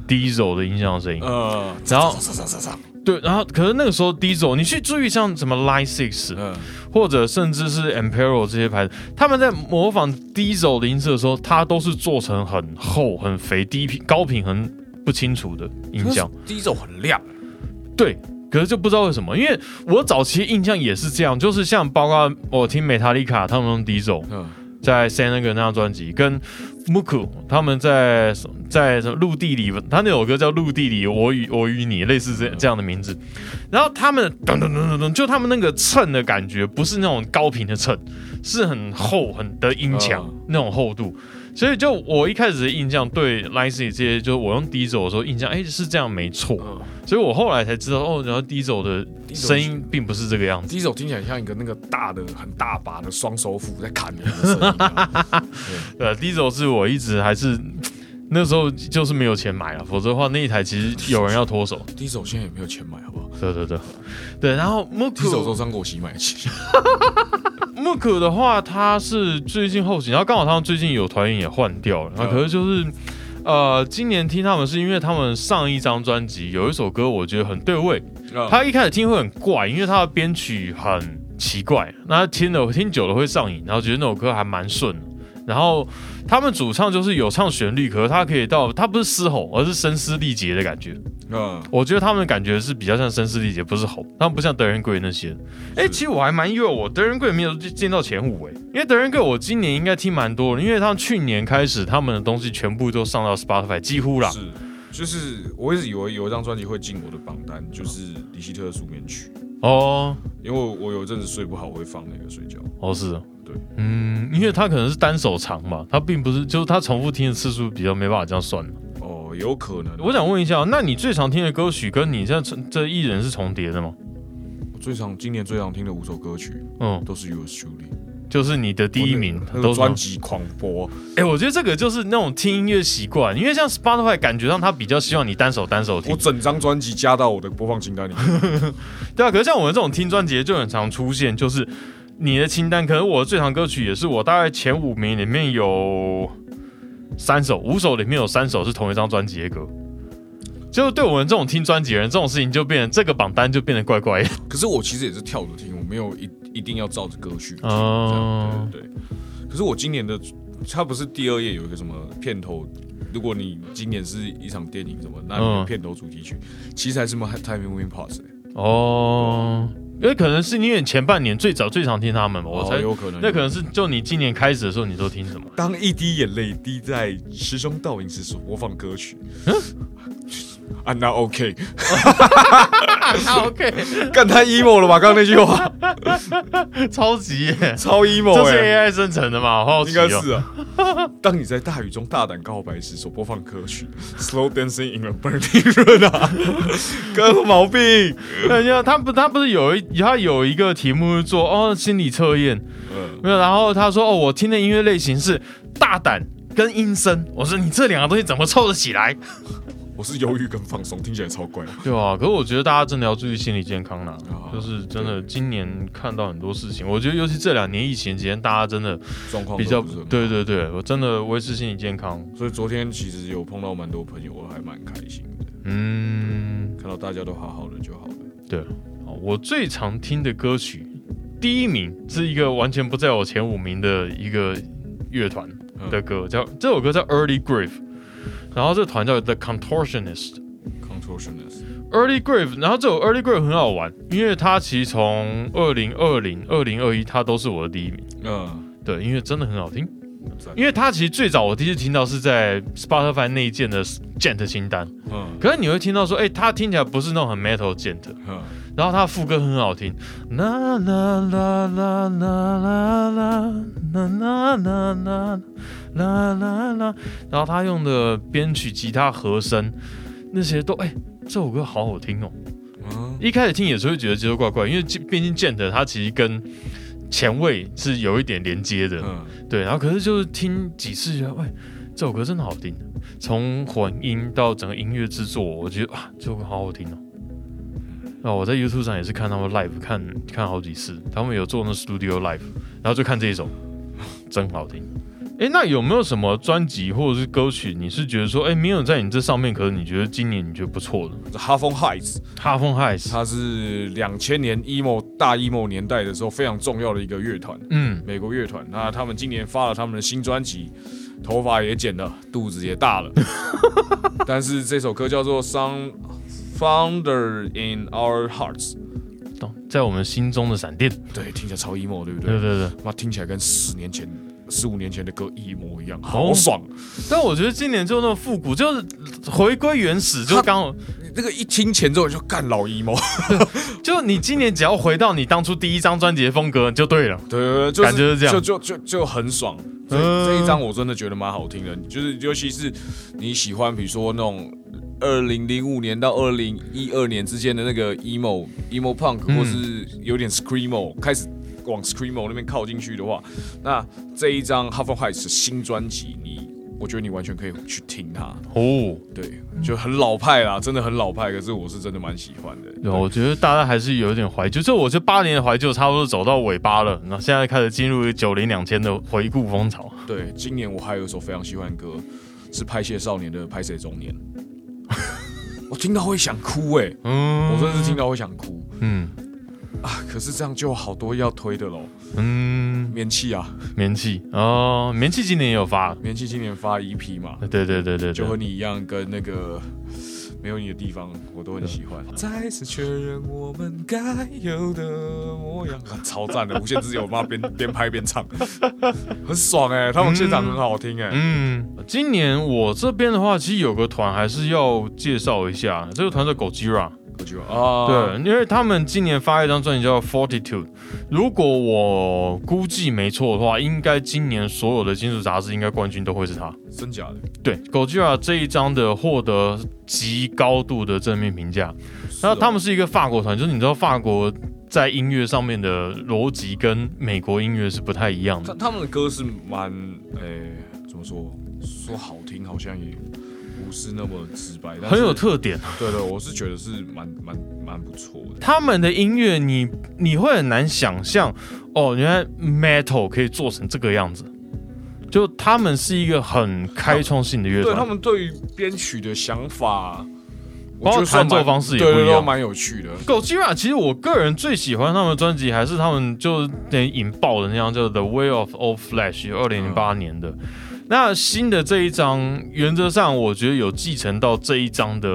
Diesel 的音箱声音，
呃，
然后
上上上上，
对，然后可是那个时候 Diesel，你去注意像什么 Line Six，、
嗯，
或者甚至是 e m p e r o 这些牌子，他们在模仿 Diesel 的音色的时候，它都是做成很厚、很肥、低频、高频很不清楚的音箱。
第一首很亮，
对，可是就不知道为什么，因为我早期印象也是这样，就是像包括我听 Metallica 他们用 Diesel
嗯
在 San 那个那张专辑，跟 Muku 他们在在什么陆地里，他那首歌叫《陆地里我与我与你》，类似这这样的名字。然后他们噔噔噔噔噔，就他们那个衬的感觉，不是那种高频的衬，是很厚很的音墙、
嗯
那种厚度。所以就我一开始的印象对 l i c y 这些，就是我用 D 走的时候印象，哎、是这样没错。
嗯，
所以我后来才知道，哦，然后 D 走的声音并不是这个样子。
第一首听起来像一个那个大的很大把的双手斧在砍人的声音 *laughs* 啊，
对，Diesel 是我一直还是那时候就是没有钱买啊了，否则的话那一台其实有人要脱手。
第一首现在也没有钱买，好不好？
对对对，对。然后
第一首都
Mook
张国喜买得 *laughs* 起，
Mook 的话，他是最近后期，然后刚好他们最近有团员也换掉了，然后可是就是。呃，今年听他们是因为他们上一张专辑有一首歌，我觉得很对味。
他
他一开始听会很怪，因为他的编曲很奇怪，那听了听久了会上瘾，然后觉得那首歌还蛮顺的。然后他们主唱就是有唱旋律，可是他可以到他不是嘶吼，而是声嘶力竭的感觉。
嗯，
我觉得他们的感觉是比较像声嘶力竭，不是吼，他们不像德仁贵那些。哎，其实我还蛮意外，我德仁贵没有进到前五哎，因为德仁贵我今年应该听蛮多的，因为他们去年开始他们的东西全部都上到 Spotify，几乎啦。
是。就是我一直以为有一张专辑会进我的榜单，就是李希特的《睡眠曲
哦，》，
因为我有一阵子睡不好，我会放那个睡觉。
哦，是哦，
对，
嗯，因为他可能是单手长嘛，他并不是，就是他重复听的次数比较没办法这样算。
哦，有可能。
我想问一下，那你最常听的歌曲跟你这这艺人是重叠的吗？
我最常今年最常听的五首歌曲
嗯，
都是 Yours Truly，
就是你的第一名
那
都
个
是吗
哦专。辑狂播，
哎、我觉得这个就是那种听音乐习惯，因为像 Spotify 感觉上他比较希望你单手单手
我
听，
整张专辑加到我的播放清单里面。 *laughs*
对啊。可是像我们这种听专辑就很常出现，就是你的清单，可能我的最常歌曲也是我大概前五名里面有三首，五首里面有三首是同一张专辑的歌。就对我们这种听专辑的人，这种事情就变成这个榜单就变得怪怪的。
可是我其实也是跳着听，我没有一一定要照着歌曲听。
*laughs* 哦
哦，对对对。可是我今年的，它不是第二页有一个什么片头？如果你今年是一场电影什么，那你的
嗯
片头主题曲、其实还是《Time Moving Parts、欸》
哦，因为可能是因为前半年最早最常听他们嘛，我才、
哦有可能
那可能是就你今年开始的时候，你都听
*laughs*
什么？
当一滴眼泪滴在时钟倒影时所播放歌曲。I'm not OK，
啊，OK，
干太 emo 了吧？刚刚那句话
*laughs*
*laughs*
超级耶，
超 emo
这是
哎、
AI 生成的嘛？好好
应
奇
该
哦。
是啊。 *laughs* 当你在大雨中大胆告白时所播放歌曲《Slow Dancing in a Burning *laughs* Room》啊，哥毛病。
*laughs* 对，因为他不，他不是有一他有一个题目是做哦心理测验，
嗯
没有，然后他说哦，我听的音乐类型是大胆跟阴森，我说你这两个东西怎么凑得起来？
我是忧郁跟放松，听起来超怪。
对啊，可是我觉得大家真的要注意心理健康啦。
啊
就是真的，今年看到很多事情，我觉得尤其这两年疫情期间，大家真的
状况
比较
都不是很好，
对对对，我真的维持心理健康。
所以昨天其实有碰到蛮多朋友，我还蛮开心的，
嗯，
看到大家都好好的就好了。
对。好我最常听的歌曲，第一名是一个完全不在我前五名的一个乐团
嗯
的歌，叫这首歌叫 Early Grave，然后这团叫 The Contortionist。
Contortionist，
Early Grave，然后这首 Early Grave 很好玩，因为它其实从二零二零、二零二一，它都是我的第一名。
嗯，
对，因为真的很好听。
赞
因为它其实最早我第一次听到是在 Spotify 那一键的 Gent 清单，
嗯
可是你会听到说，哎、它听起来不是那种很 metal Gent，
嗯，
然后它的副歌很好听，啦啦啦啦啦啦啦啦啦啦啦啦啦啦，然后他用的编曲、吉他、和声那些都，哎、这首歌好好听哦。
嗯
一开始听也是会觉得节奏怪怪，因为毕竟 Gent 它其实跟前卫是有一点连接的，
嗯
对，然后可是就是听几次觉得，喂，这首歌真的好听，啊从混音到整个音乐制作，我觉得哇，这首歌好好听哦。啊，我在 YouTube 上也是看他们 live 看看好几次，他们有做那 studio live，然后就看这一首，真好听。诶，那有没有什么专辑或者是歌曲，你是觉得说，诶，没有在你这上面，可是你觉得今年你觉得不错的？
哈风 Heights，
哈风 Highs，
它是两千年 emo 大 emo 年代的时候非常重要的一个乐团，
嗯，
美国乐团。那他们今年发了他们的新专辑，头发也剪了，肚子也大了。 *laughs* 但是这首歌叫做《Sun Founder in Our Hearts》，
懂，在我们心中的闪电，
对，听起来超 emo，对不
对
对？
对对。
妈，听起来跟十年前、十五年前的歌一模一样，
好
好爽！
但我觉得今年就那种复古，就是回归原始，就刚好。
那个一听前奏就干老 E emo，
就你今年只要回到你当初第一张专辑的风格就对了。
对，就是、
感觉是这样
就就就就很爽。这、
嗯
这一张我真的觉得蛮好听的，就是尤其是你喜欢，比如说那种二零零五年到二零一二年之间的那个 emo emo punk，、
嗯
或是有点 screamo，开始往 screamo 那边靠进去的话，那这一张 h a l f o n Heights 的新专辑，你我觉得你完全可以去听它，
哦，
对，就很老派啦，真的很老派，可是我是真的蛮喜欢的。
有，啊我觉得大家还是有一点怀旧，就我觉得八年的怀旧差不多走到尾巴了，然后现在开始进入九零两千的回顾风潮。
对，今年我还有一首非常喜欢的歌，是拍谢少年的《拍谁中年》， *laughs* 我听到会想哭哎、
嗯，
我真的是听到会想哭
嗯
啊！可是这样就有好多要推的喽，
嗯，
棉气啊，
棉气哦，棉气今年也有发，
棉气今年发 EP 嘛，
对对对对
就
对
和，你一样，跟那个没有你的地方我都很喜
嗯
欢。再次确认我们该有的模样，啊、超赞的！无限自由，妈边边拍边唱， *laughs* 很爽哎、他们现场很好听哎、
嗯，今年我这边的话，其实有个团还是要介绍一下，这个团叫狗 Gira。
我觉得啊，
嗯对，因为他们今年发一张专辑叫《Fortitude》，如果我估计没错的话，应该今年所有的金属杂志应该冠军都会是他。
真假的，
对，狗 i r 这一张的获得极高度的正面评价。
是
那
哦
他们是一个法国团，就是你知道法国在音乐上面的逻辑跟美国音乐是不太一样
他
的。
他们的歌是蛮，诶、怎么说？说好听好像也不是那么直白，但是
很有。特点，
对对，我是觉得是蛮蛮蛮不错的。
他们的音乐你你会很难想象哦，原来 metal 可以做成这个样子，就他们是一个很开创性的乐
对
团。
他们对于编曲的想法，我
包括
觉得算
弹奏
蛮
方式也
对
不一
对都
样
蛮有趣的。
狗 i r 其实我个人最喜欢他们的专辑还是他们就等引爆的那张叫《The Way of Old Flesh》，二零零八年的。那新的这一张，原则上我觉得有继承到这一张的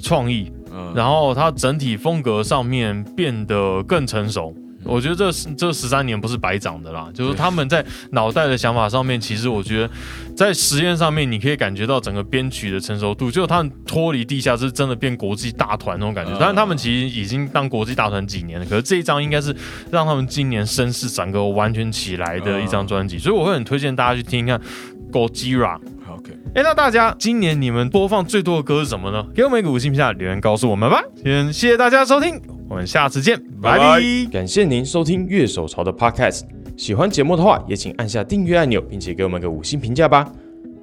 创意，
嗯，
然后它整体风格上面变得更成熟。
嗯
我觉得这十这十三年不是白长的啦，就是他们在脑袋的想法上面，其实我觉得在实验上面，你可以感觉到整个编曲的成熟度，就他们脱离地下室，真的变国际大团那种感觉
嗯。
但是他们其实已经当国际大团几年了，可是这一张应该是让他们今年声势整个完全起来的一张
嗯
专辑，所以我会很推荐大家去听一看 Gojira。
OK，
哎，那大家今年你们播放最多的歌是什么呢？给我们一个五星评价，留言告诉我们吧。先谢谢大家收听，我们下次见，
拜
拜拜
拜
感谢您收听乐手潮的 Podcast。喜欢节目的话，也请按下订阅按钮，并且给我们个五星评价吧。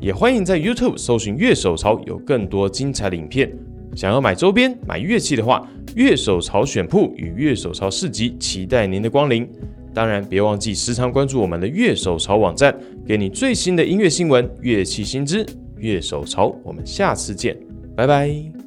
也欢迎在 YouTube 搜寻乐手潮，有更多精彩的影片。想要买周边、买乐器的话，乐手潮选铺与乐手潮市集期待您的光临。当然，别忘记时常关注我们的乐手潮网站，给你最新的音乐新闻、乐器新知。乐手潮，我们下次见，拜拜。